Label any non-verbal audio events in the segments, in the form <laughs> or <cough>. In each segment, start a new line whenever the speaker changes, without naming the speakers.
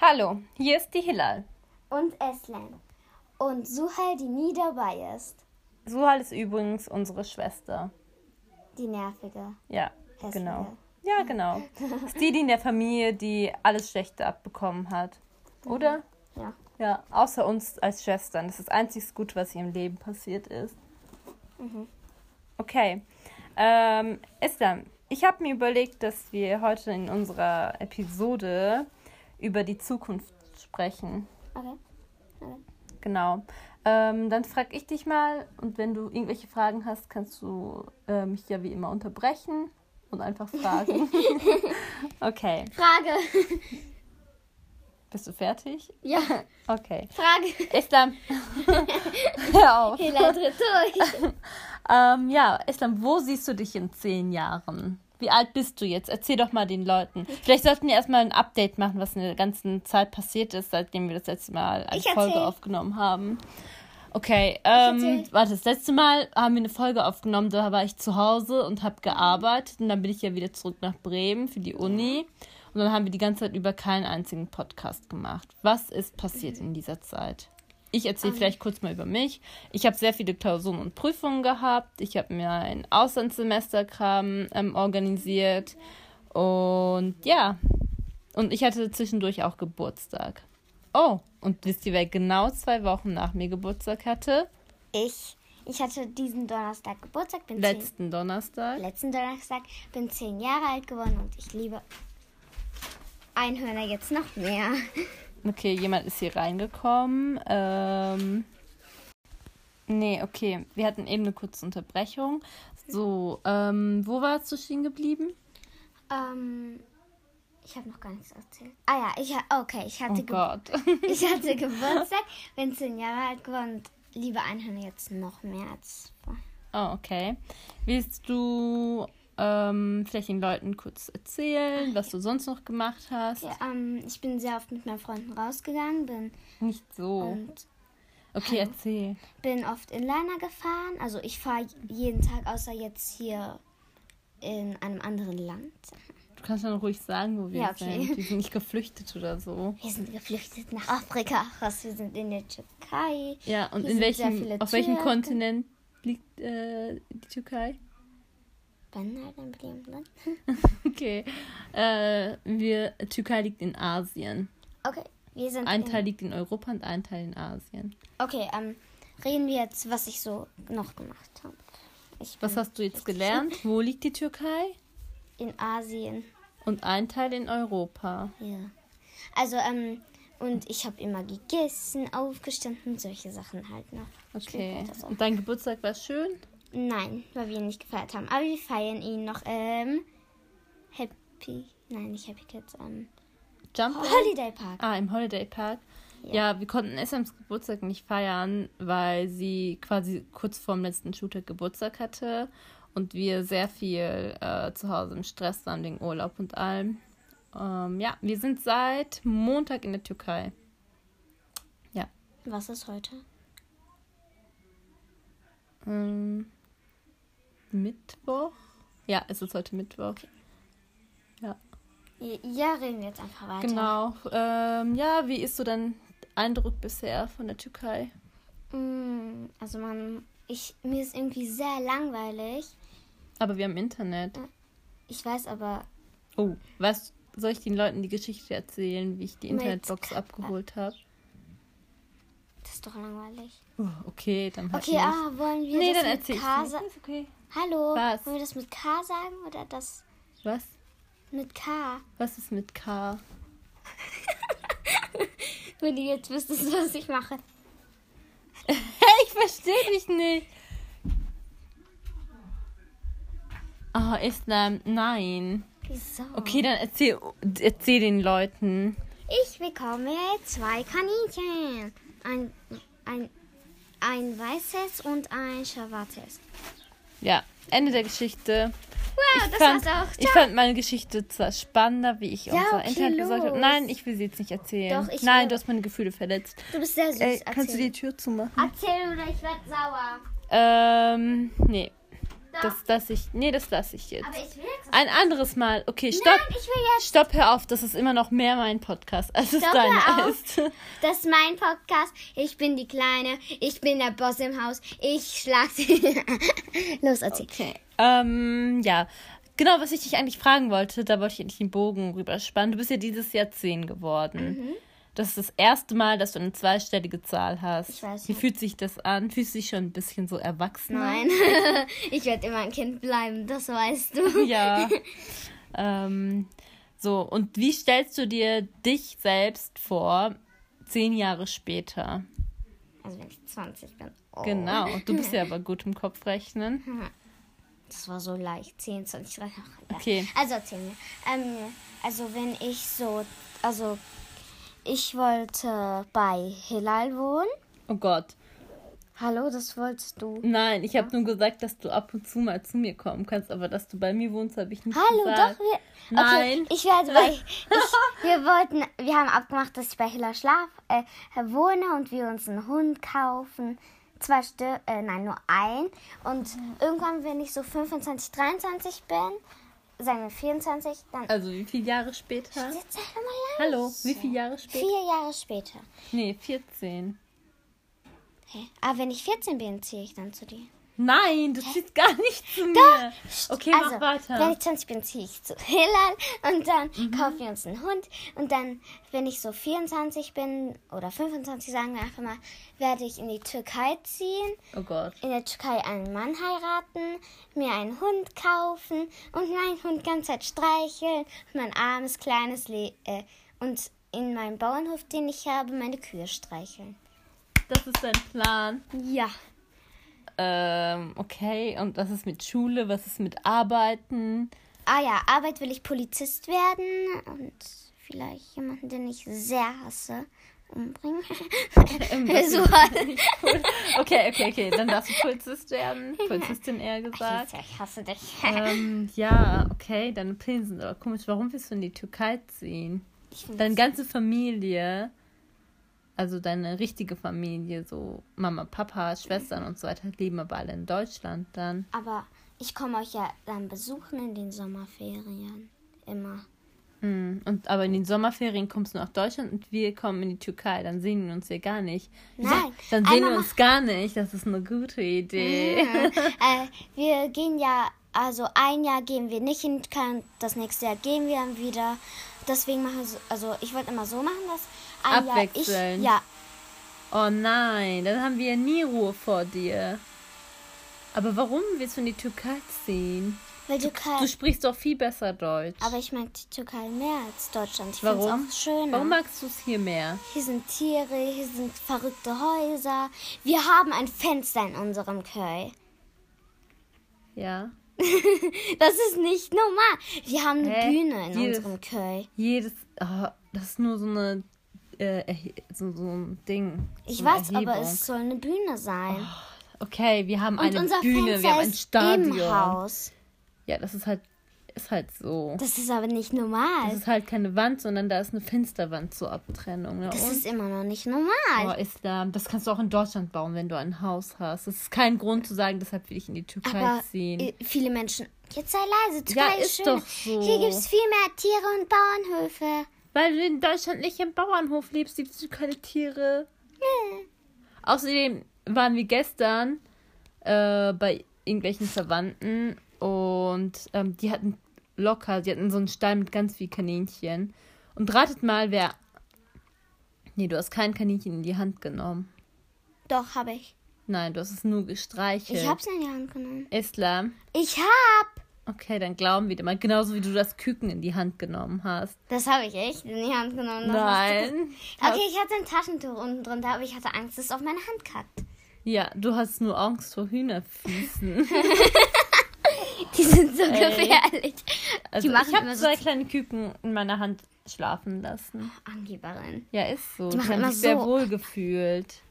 Hallo, hier ist die Hilal.
und Eslen. Und Suhal, die nie dabei ist.
Suhal ist halt übrigens unsere Schwester.
Die nervige.
Ja,
Hässliche.
genau. Ja, genau. Ist die, die in der Familie, die alles Schlechte abbekommen hat. Oder?
Ja.
Ja, außer uns als Schwestern. Das ist das einzig Gute, was ihrem Leben passiert ist.
Mhm.
Okay. Ähm, Islam, ich habe mir überlegt, dass wir heute in unserer Episode über die Zukunft sprechen.
Okay.
Genau. Ähm, dann frage ich dich mal und wenn du irgendwelche Fragen hast, kannst du äh, mich ja wie immer unterbrechen und einfach
<laughs>
fragen. okay.
Frage. <laughs>
Bist du fertig?
Ja,
Okay.
Frage.
Islam, <laughs> hör auf.
Hela tritt durch.
Ähm, ja, Islam, wo siehst du dich in zehn Jahren? Wie alt bist du jetzt? Erzähl doch mal den Leuten. Vielleicht sollten wir erstmal ein Update machen, was in der ganzen Zeit passiert ist, seitdem wir das letzte Mal eine
Ich erzähl.
Folge aufgenommen haben. Okay, ähm,
erzähl.
warte, das letzte Mal haben wir eine Folge aufgenommen, da war ich zu Hause und habe gearbeitet und dann bin ich ja wieder zurück nach Bremen für die Uni und dann haben wir die ganze Zeit über keinen einzigen Podcast gemacht. Was ist passiert in dieser Zeit? Ich erzähle vielleicht kurz mal über mich. Ich habe sehr viele Klausuren und Prüfungen gehabt. Ich habe mir ein Auslandssemesterkram ähm, organisiert. Und ja, und ich hatte zwischendurch auch Geburtstag. Oh, und wisst ihr, wer genau zwei Wochen nach mir Geburtstag hatte?
Ich. Ich hatte diesen Donnerstag Geburtstag, bin zehn,
Letzten Donnerstag.
letzten Donnerstag bin zehn Jahre alt geworden und ich liebe Einhörner jetzt noch mehr.
Okay, jemand ist hier reingekommen. Ähm. Nee, okay. Wir hatten eben eine kurze Unterbrechung. So, ähm, wo warst du stehen geblieben?
Ähm, ich habe noch gar nichts erzählt. Ah ja, ich ha- okay, ich hatte
Oh
Geburtstag.
Gott.
<laughs> Ich hatte Geburtstag, bin zehn Jahre alt geworden und liebe Einhörner jetzt noch mehr als vorher.
Oh, okay. Willst du ähm, vielleicht den Leuten kurz erzählen, was du sonst noch gemacht hast?
Ja, ähm, ich bin sehr oft mit meinen Freunden rausgegangen, bin,
Nicht so.
und
Okay, erzähl.
bin oft Inliner gefahren. Also ich fahre jeden Tag, außer jetzt hier in einem anderen Land.
Du kannst dann ruhig sagen, wo wir
Ja, okay.
sind. Wir sind nicht geflüchtet oder so.
Wir sind geflüchtet nach Afrika, was wir sind in der Türkei.
Ja, und in
Hier sind sehr
welchem,
viele
auf welchem
Türken.
Kontinent liegt äh, die Türkei? <laughs>
Bin halt in beliebten Land.
Okay. Äh, wir, Türkei liegt in Asien.
Okay, wir sind
Ein
in,
Teil liegt in Europa und ein Teil in Asien.
Okay, ähm, reden wir jetzt, was ich so noch gemacht habe. Ich
Was
bin
hast du jetzt gelernt? Wo liegt die Türkei?
in Asien.
Und ein Teil in Europa.
Ja. Also, ähm, und ich habe immer gegessen, aufgestanden, solche Sachen halt noch.
Okay.
Spielplatz und so.
Und dein Geburtstag war schön?
Nein, weil wir ihn nicht gefeiert haben. Aber wir feiern ihn noch, ähm, Happy, nein, nicht Happy Kids, ähm,
Jump
Holiday Park.
Ah, im Holiday Park. Ja,
Ja.
wir konnten Essams Geburtstag nicht feiern, weil sie quasi kurz vorm letzten Shooter Geburtstag hatte und wir sehr viel äh, zu Hause im Stress waren wegen Urlaub und allem. Ähm, ja, wir sind seit Montag in der Türkei. Ja.
Was ist heute?
Ähm, Mittwoch? Ja, es ist heute Mittwoch. Ja.
Ja, reden wir jetzt einfach weiter.
Genau. Ähm, ja, wie ist so dein Eindruck bisher von der Türkei?
Mm, Also, man, ich, mir ist irgendwie sehr langweilig.
Aber wir haben Internet.
Ich weiß aber,
Oh, was soll ich den Leuten die Geschichte erzählen, wie ich die
Mit
Internetbox
Ka- Ah.
abgeholt habe?
das ist doch langweilig.
Oh, okay, dann halt
Okay,
nicht.
ah, wollen wir
nee,
das
dann
mit
erzähl
K
nicht.
sagen?
Ist okay.
Hallo,
Was?
wollen wir das mit K sagen oder das
Was?
mit K?
Was ist mit
<laughs>
K?
Wenn ihr jetzt wüsstest, was ich mache.
Hey, ich verstehe dich nicht. Oh, Islam, nein.
Wieso?
Okay, dann erzähl, erzähl den Leuten.
Ich bekomme zwei Kaninchen. Ein, ein, ein weißes und ein schwarzes.
Ja, Ende der Geschichte.
Wow, das
fand,
war's auch.
ich
Ciao.
fand meine Geschichte zwar spannender, wie ich
Ja,
unser
okay,
Internet besorgt habe.
los.
Nein, ich will sie jetzt nicht erzählen.
Doch, ich
Nein,
will.
du hast meine Gefühle verletzt.
Du bist sehr süß.
Ey, kannst du die
Erzähl.
Tür zumachen?
Erzähl oder ich werde sauer.
Ähm, nee. Das lasse ich. Nee, das lasse ich jetzt.
Aber ich will jetzt.
Ein anderes Mal. Okay, stopp.
Nein, ich will jetzt.
Stopp, hör auf. Das ist immer noch mehr mein Podcast, als es
Stopp, hör
deiner
auf.
ist. <laughs>
Das ist mein Podcast. Ich bin die Kleine. Ich bin der Boss im Haus. Ich schlag sie. <laughs> Los, erzähl.
Okay. Ähm, ja. Genau, was ich dich eigentlich fragen wollte, da wollte ich nicht den Bogen rüberspannen. Du bist ja dieses Jahr 10 geworden.
Mhm.
Das ist das erste Mal, dass du eine zweistellige Zahl hast.
Ich weiß,
Wie
ja.
fühlt sich das an? Fühlst du dich schon ein bisschen so erwachsen?
Nein. <laughs> ich werde immer ein Kind bleiben, das weißt du.
Ja. <laughs> ähm, so, und wie stellst du dir dich selbst vor, zehn Jahre später?
Also wenn ich 20 bin. Oh.
Genau,
<laughs>
du bist ja aber gut im Kopfrechnen.
Das war so leicht. 10, 20, 30. Ach, egal.
Okay.
Also erzähl mir. Ähm, also wenn ich so, also ich wollte bei Hilal wohnen.
Oh Gott.
Hallo, das wolltest du.
Nein, ich habe nur gesagt, dass du ab und zu mal zu mir kommen kannst, aber dass du bei mir wohnst, habe ich nicht
Hallo,
gesagt.
doch, wir. Okay,
Nein.
Ich
<laughs>
werde bei. Ich, wir wollten. Wir haben abgemacht, dass ich bei Hilla schlaf, äh, wohne und wir uns einen Hund kaufen. Zwei Stück. Äh, nein, nur ein. Und
Mhm.
irgendwann, wenn ich so 25, 23 bin, sagen wir 24, dann.
Also wie viele Jahre später?
Jetzt sag doch mal leise.
Hallo, wie viele Jahre später?
Vier Jahre später.
Nee, 14.
Hä? Aber wenn ich 14 bin, ziehe ich dann zu dir.
Nein, das zieht gar nicht zu mir. Okay,
also,
mach weiter. Mhm.
Wenn ich 20 bin, ziehe ich zu Hillel und dann kaufen wir uns einen Hund. Und dann, wenn ich so 24 bin oder 25, sagen wir einfach mal, werde ich in die Türkei ziehen,
Oh Gott.
in der Türkei einen Mann heiraten, mir einen Hund kaufen und meinen Hund ganz Zeit streicheln und mein armes, kleines Le äh, und in meinem Bauernhof, den ich habe, meine Kühe streicheln.
Das ist dein Plan.
Ja.
Ähm, okay, und was ist mit Schule? Was ist mit Arbeiten?
Ah ja, Arbeit will ich Polizist werden und vielleicht jemanden, den ich sehr hasse, umbringen.
<laughs>
so was.
Ähm, Okay, okay, okay, dann darfst du Polizist werden. Polizistin eher gesagt.
Ich hasse dich.
Ähm, ja, okay, deine Pläne sind aber komisch. Warum willst du in die Türkei ziehen?
<laughs> Ich find's-
Deine ganze Familie, also deine richtige Familie, so Mama, Papa, Schwestern und so weiter, leben aber alle in Deutschland dann.
Aber ich komme euch ja dann besuchen in den Sommerferien. Immer.
Hm, Und, aber in den Sommerferien kommst du nach Deutschland und wir kommen in die Türkei. Dann sehen wir uns hier gar nicht.
Nein,
Dann sehen
einmal
wir uns gar nicht. Das ist eine gute Idee.
äh, wir gehen ja, also ein Jahr gehen wir nicht hin, kann, das nächste Jahr gehen wir dann wieder. Deswegen machen wir so, also ich wollte immer so machen, dass ein
Abwechseln.
Jahr
Oh nein, dann haben wir ja nie Ruhe vor dir. Aber warum willst du in die Türkei ziehen?
ich, ja, weil Türkei.
Du sprichst doch viel besser Deutsch.
Oh. Aber ich mag die Türkei mehr als Deutschland. Ich finde es
warum?
auch schöner.
Warum magst du es hier mehr?
Hier sind Tiere, hier sind verrückte Häuser. Wir haben ein Fenster in unserem Köy.
Ja.
Das ist nicht normal. Wir haben eine
Hä?
Bühne in
Jedes-
unserem Köy.
Jedes. Oh, das ist nur so eine. Äh, erhe- so, so ein Ding.
Ich
so eine
weiß, aber
Erhebung.
es soll eine Bühne sein.
Okay, wir haben
Und
eine
unser
Bühne,
Fenster
wir haben ein
ist
Stadion.
im Haus.
Ja, das ist halt, ist halt so.
Das ist aber nicht
Das
normal.
ist halt keine Wand, sondern da ist eine Fensterwand zur Abtrennung. Ne?
Das ist,
Und-
immer noch nicht
Oh,
normal.
Islam, das kannst du auch in Deutschland bauen, wenn du ein Haus hast. Das ist kein Grund zu sagen, deshalb will ich in die Türkei
aber
ziehen.
äh, viele Menschen. Jetzt sei leise, Türkei
ist
schön.
doch so.
Hier gibt es viel mehr Tiere und Bauernhöfe.
Weil du in Deutschland nicht im Bauernhof lebst, liebst du keine Tiere. Außerdem waren wir gestern äh, bei irgendwelchen Verwandten und ähm, die hatten locker, die hatten so einen Stall mit ganz viel Kaninchen. Und ratet mal, wer. Nee, du hast kein Kaninchen in die Hand genommen.
Doch, habe ich.
Nein, du hast es nur gestreichelt.
Ich hab's in die Hand genommen.
Islam.
Ich hab!
Okay, dann glauben wir dir mal. Genauso wie du das Küken in die Hand genommen hast.
Das habe ich echt in die Hand genommen. Das hast
Nein.
du- Okay, ich hatte ein Taschentuch unten drunter, aber ich hatte Angst, dass es auf meine Hand kackt.
Ja, du hast nur Angst vor Hühnerfüßen.
<laughs> Die sind so
Ey.
gefährlich.
Also
machen
ich habe
immer so
zwei kleine Küken in meiner Hand schlafen lassen.
Angeberin.
Ja, ist so.
Die
Die
machen
haben
immer
sich sehr
so.
wohl gefühlt.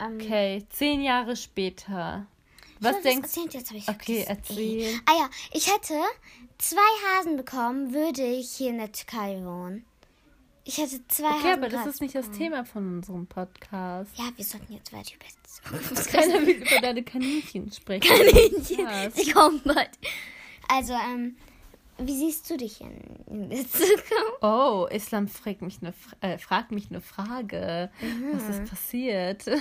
Ähm,
Okay, zehn Jahre später.
ich hab
Was
das
denkst
Erzählt, jetzt hab ich's
Okay,
vergessen.
erzähl.
Ey. Ah ja, ich hätte zwei Hasen bekommen, würde ich hier in der Türkei wohnen. Ich hatte zwei
Okay, aber das
Hasenkatzen.
ist nicht das Thema von unserem Podcast.
Ja, wir sollten jetzt weiter über <laughs> das <laughs>
Keiner will über deine Kaninchen sprechen.
Kaninchen.
Was?
Die kommen bald. Also, ähm, wie siehst du dich in, in der Zukunft?
Oh, Islam fragt mich eine, Fra- äh, fragt mich eine Frage. Was ist passiert? <laughs>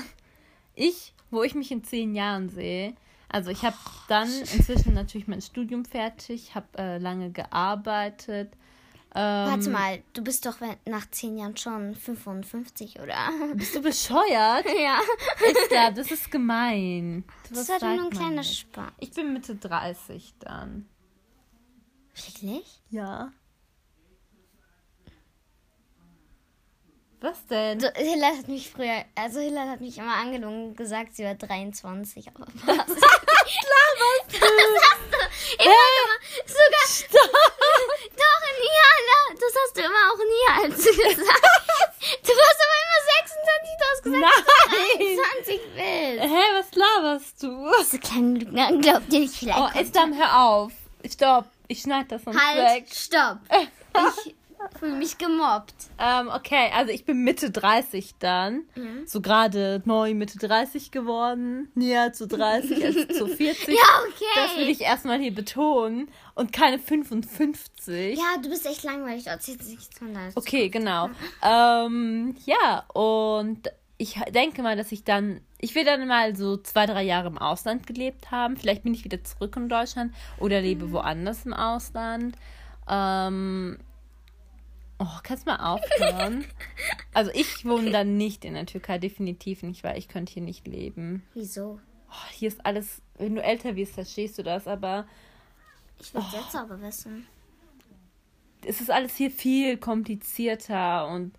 Ich, wo ich mich in zehn Jahren sehe. Also ich habe dann
Oh,
inzwischen natürlich mein Studium fertig, habe äh, lange gearbeitet. Ähm,
Warte mal, du bist doch we- nach zehn Jahren schon 55, oder?
Bist du bescheuert?
<laughs> ja.
Ja, das ist gemein.
Das
Sowas
war doch nur ein
sagt man
kleiner
nicht.
Spaß.
Ich bin Mitte 30 dann.
Wirklich?
Ja. Was denn?
Also, Hilla hat mich früher, also Hilla hat mich immer angelogen und gesagt, sie war 23. Aber was? <laughs> Klar, was? Das hast du immer gemacht. Sogar. Doch, nie, Hilla. Das hast du immer auch nie als gesagt. Du hast aber immer 26, du hast gesagt,
Nein!
23 willst.
Hä, was laberst du?
So kleine Lügner, glaubt ihr nicht vielleicht?
Oh, Islam, hör auf. Stopp. Ich schneide das sonst
halt,
weg. <laughs>
stopp. Ich fühle mich gemobbt.
Ähm, okay, also ich bin Mitte 30 dann.
Mhm.
So gerade neu Mitte 30 geworden. Näher zu 30 als
<laughs>
zu 40.
Ja, okay.
Das will ich erstmal hier betonen. Und keine 55.
Ja, du bist echt langweilig, du erzählst nichts von deinem
Okay, genau. Ähm, ja, und ich denke mal, dass ich dann, ich will dann mal so zwei, drei Jahre im Ausland gelebt haben. Vielleicht bin ich wieder zurück in Deutschland oder lebe woanders im Ausland. Ähm, oh, kannst du mal aufhören? also ich wohne dann nicht in der Türkei, definitiv nicht, weil ich könnte hier nicht leben.
Wieso?
Oh, hier ist alles, wenn du älter wirst, verstehst du das, aber
Ich will es
Oh.
jetzt aber wissen.
es ist alles hier viel komplizierter und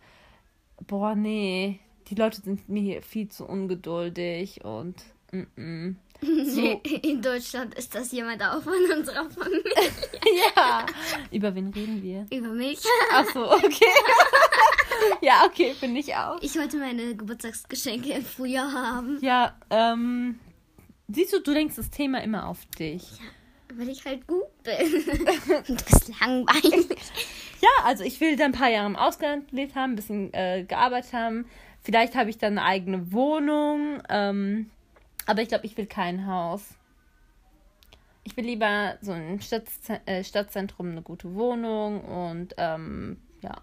boah, nee, die Leute sind mir hier viel zu ungeduldig und mm -mm. So,
<laughs> In Deutschland ist das jemand auch von unserer Familie.
ja. Über wen reden wir?
Über mich.
Ach so, okay. <laughs> ja, okay, finde ich auch.
Ich wollte meine Geburtstagsgeschenke im Frühjahr haben.
Ja, ähm, siehst du, du lenkst das Thema immer auf dich.
Weil ich halt gut
<laughs>
bin. Du bist langweilig.
Ja, also ich will dann ein paar Jahre im Ausland gelebt haben, ein bisschen äh, gearbeitet haben. Vielleicht habe ich dann eine eigene Wohnung. Ähm, aber ich glaube, ich will kein Haus. Ich will lieber so im Stadtze äh, Stadtzentrum eine gute Wohnung und ähm, ja,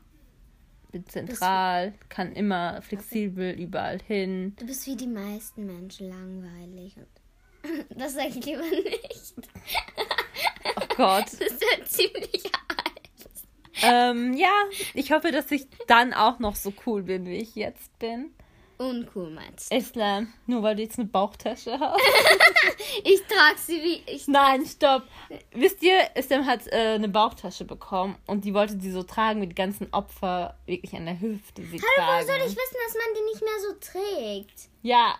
bin zentral, kann immer flexibel überall hin.
Du bist wie die meisten Menschen langweilig. Und <laughs> das sage ich lieber nicht.
Oh Gott.
<laughs> Das ist ja ziemlich alt.
ähm, ja, ich hoffe, dass ich dann auch noch so cool bin, wie ich jetzt bin.
Uncool meinst du?
Islam, nur weil du jetzt eine Bauchtasche hast.
Ich trage sie wie ich.
Nein, stopp. Wisst ihr, Sam hat äh, eine Bauchtasche bekommen und die wollte sie so tragen, wie die ganzen Opfer wirklich an der Hüfte sie
Hallo, woher
tragen.
soll ich wissen, dass man die nicht mehr so trägt?
Ja,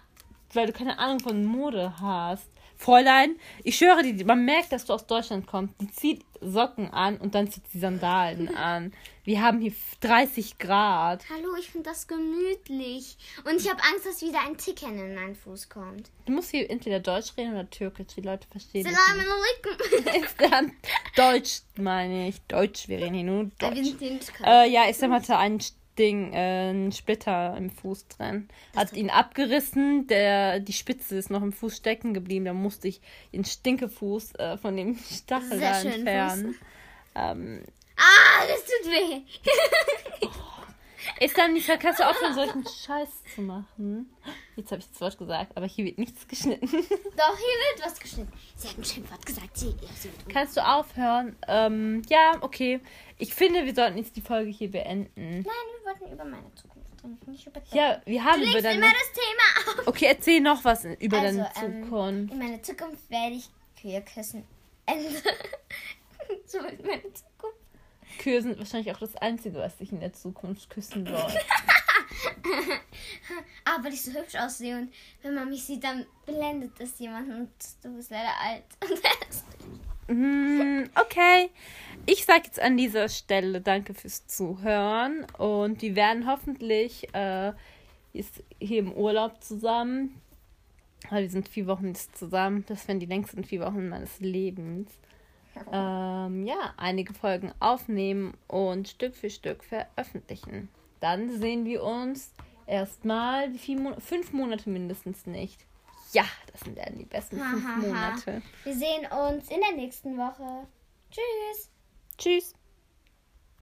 weil du keine Ahnung von Mode hast. Fräulein, ich schwöre dir, man merkt, dass du aus Deutschland kommst. Die zieht Socken an und dann zieht sie Sandalen
<laughs>
an. Wir haben hier 30 Grad.
Hallo, ich finde das gemütlich. Und ich habe Angst, dass wieder ein Ticken in meinen Fuß kommt.
Du musst hier entweder Deutsch reden oder Türkisch. Die Leute verstehen dich
Salam
<laughs>
alaikum.
nicht. Ist dann Deutsch, meine ich. Deutsch, wir reden hier nur
Ja, wir
Deutsch.
sind in Türkei.
Äh, ja, Isam hatte ein Ding, äh, einen Splitter im Fuß drin. Hat ihn abgerissen, der, die Spitze ist noch im Fuß stecken geblieben. Da musste ich den Stinkefuß äh, von dem Stachel
Sehr
da
schön,
entfernen. Ähm,
Ah, das tut weh.
Islam, Nisa, kannst du aufhören, solchen Scheiß zu machen? Jetzt habe ich das Wort gesagt, aber hier wird nichts
<laughs>
geschnitten.
Doch, hier wird was geschnitten. Sie hat ein Schimpfwort gesagt. Sie, sie wird um.
kannst du aufhören? Ähm, ja, okay. Ich finde, wir sollten jetzt die Folge hier beenden.
Nein, wir wollten über meine Zukunft reden, nicht über deine.
Ja, wir haben
Du
über
legst
deine...
immer das Thema auf.
Okay, erzähl noch was über deine
Also, ähm,
Zukunft.
In meiner Zukunft werde ich Kühe küssen. Ende. <laughs> so ist meine Zukunft.
Kühe sind wahrscheinlich auch das Einzige, was ich in der Zukunft küssen soll.
Ah, weil ich so hübsch aussehe und wenn man mich sieht, dann blendet das jemand und du bist leider alt. <laughs> Und
<laughs> Hm, okay. Ich sage jetzt an dieser Stelle danke fürs Zuhören und wir werden hoffentlich äh, jetzt hier im Urlaub zusammen. Weil wir sind vier Wochen jetzt zusammen. Das wären die längsten vier Wochen meines Lebens. ähm, ja, einige Folgen aufnehmen und Stück für Stück veröffentlichen. Dann sehen wir uns erstmal vier Mon fünf Monate mindestens nicht. Ja, das sind dann die besten
Ha,
fünf
ha, ha.
Monate.
Wir sehen uns in der nächsten Woche. Tschüss.
Tschüss.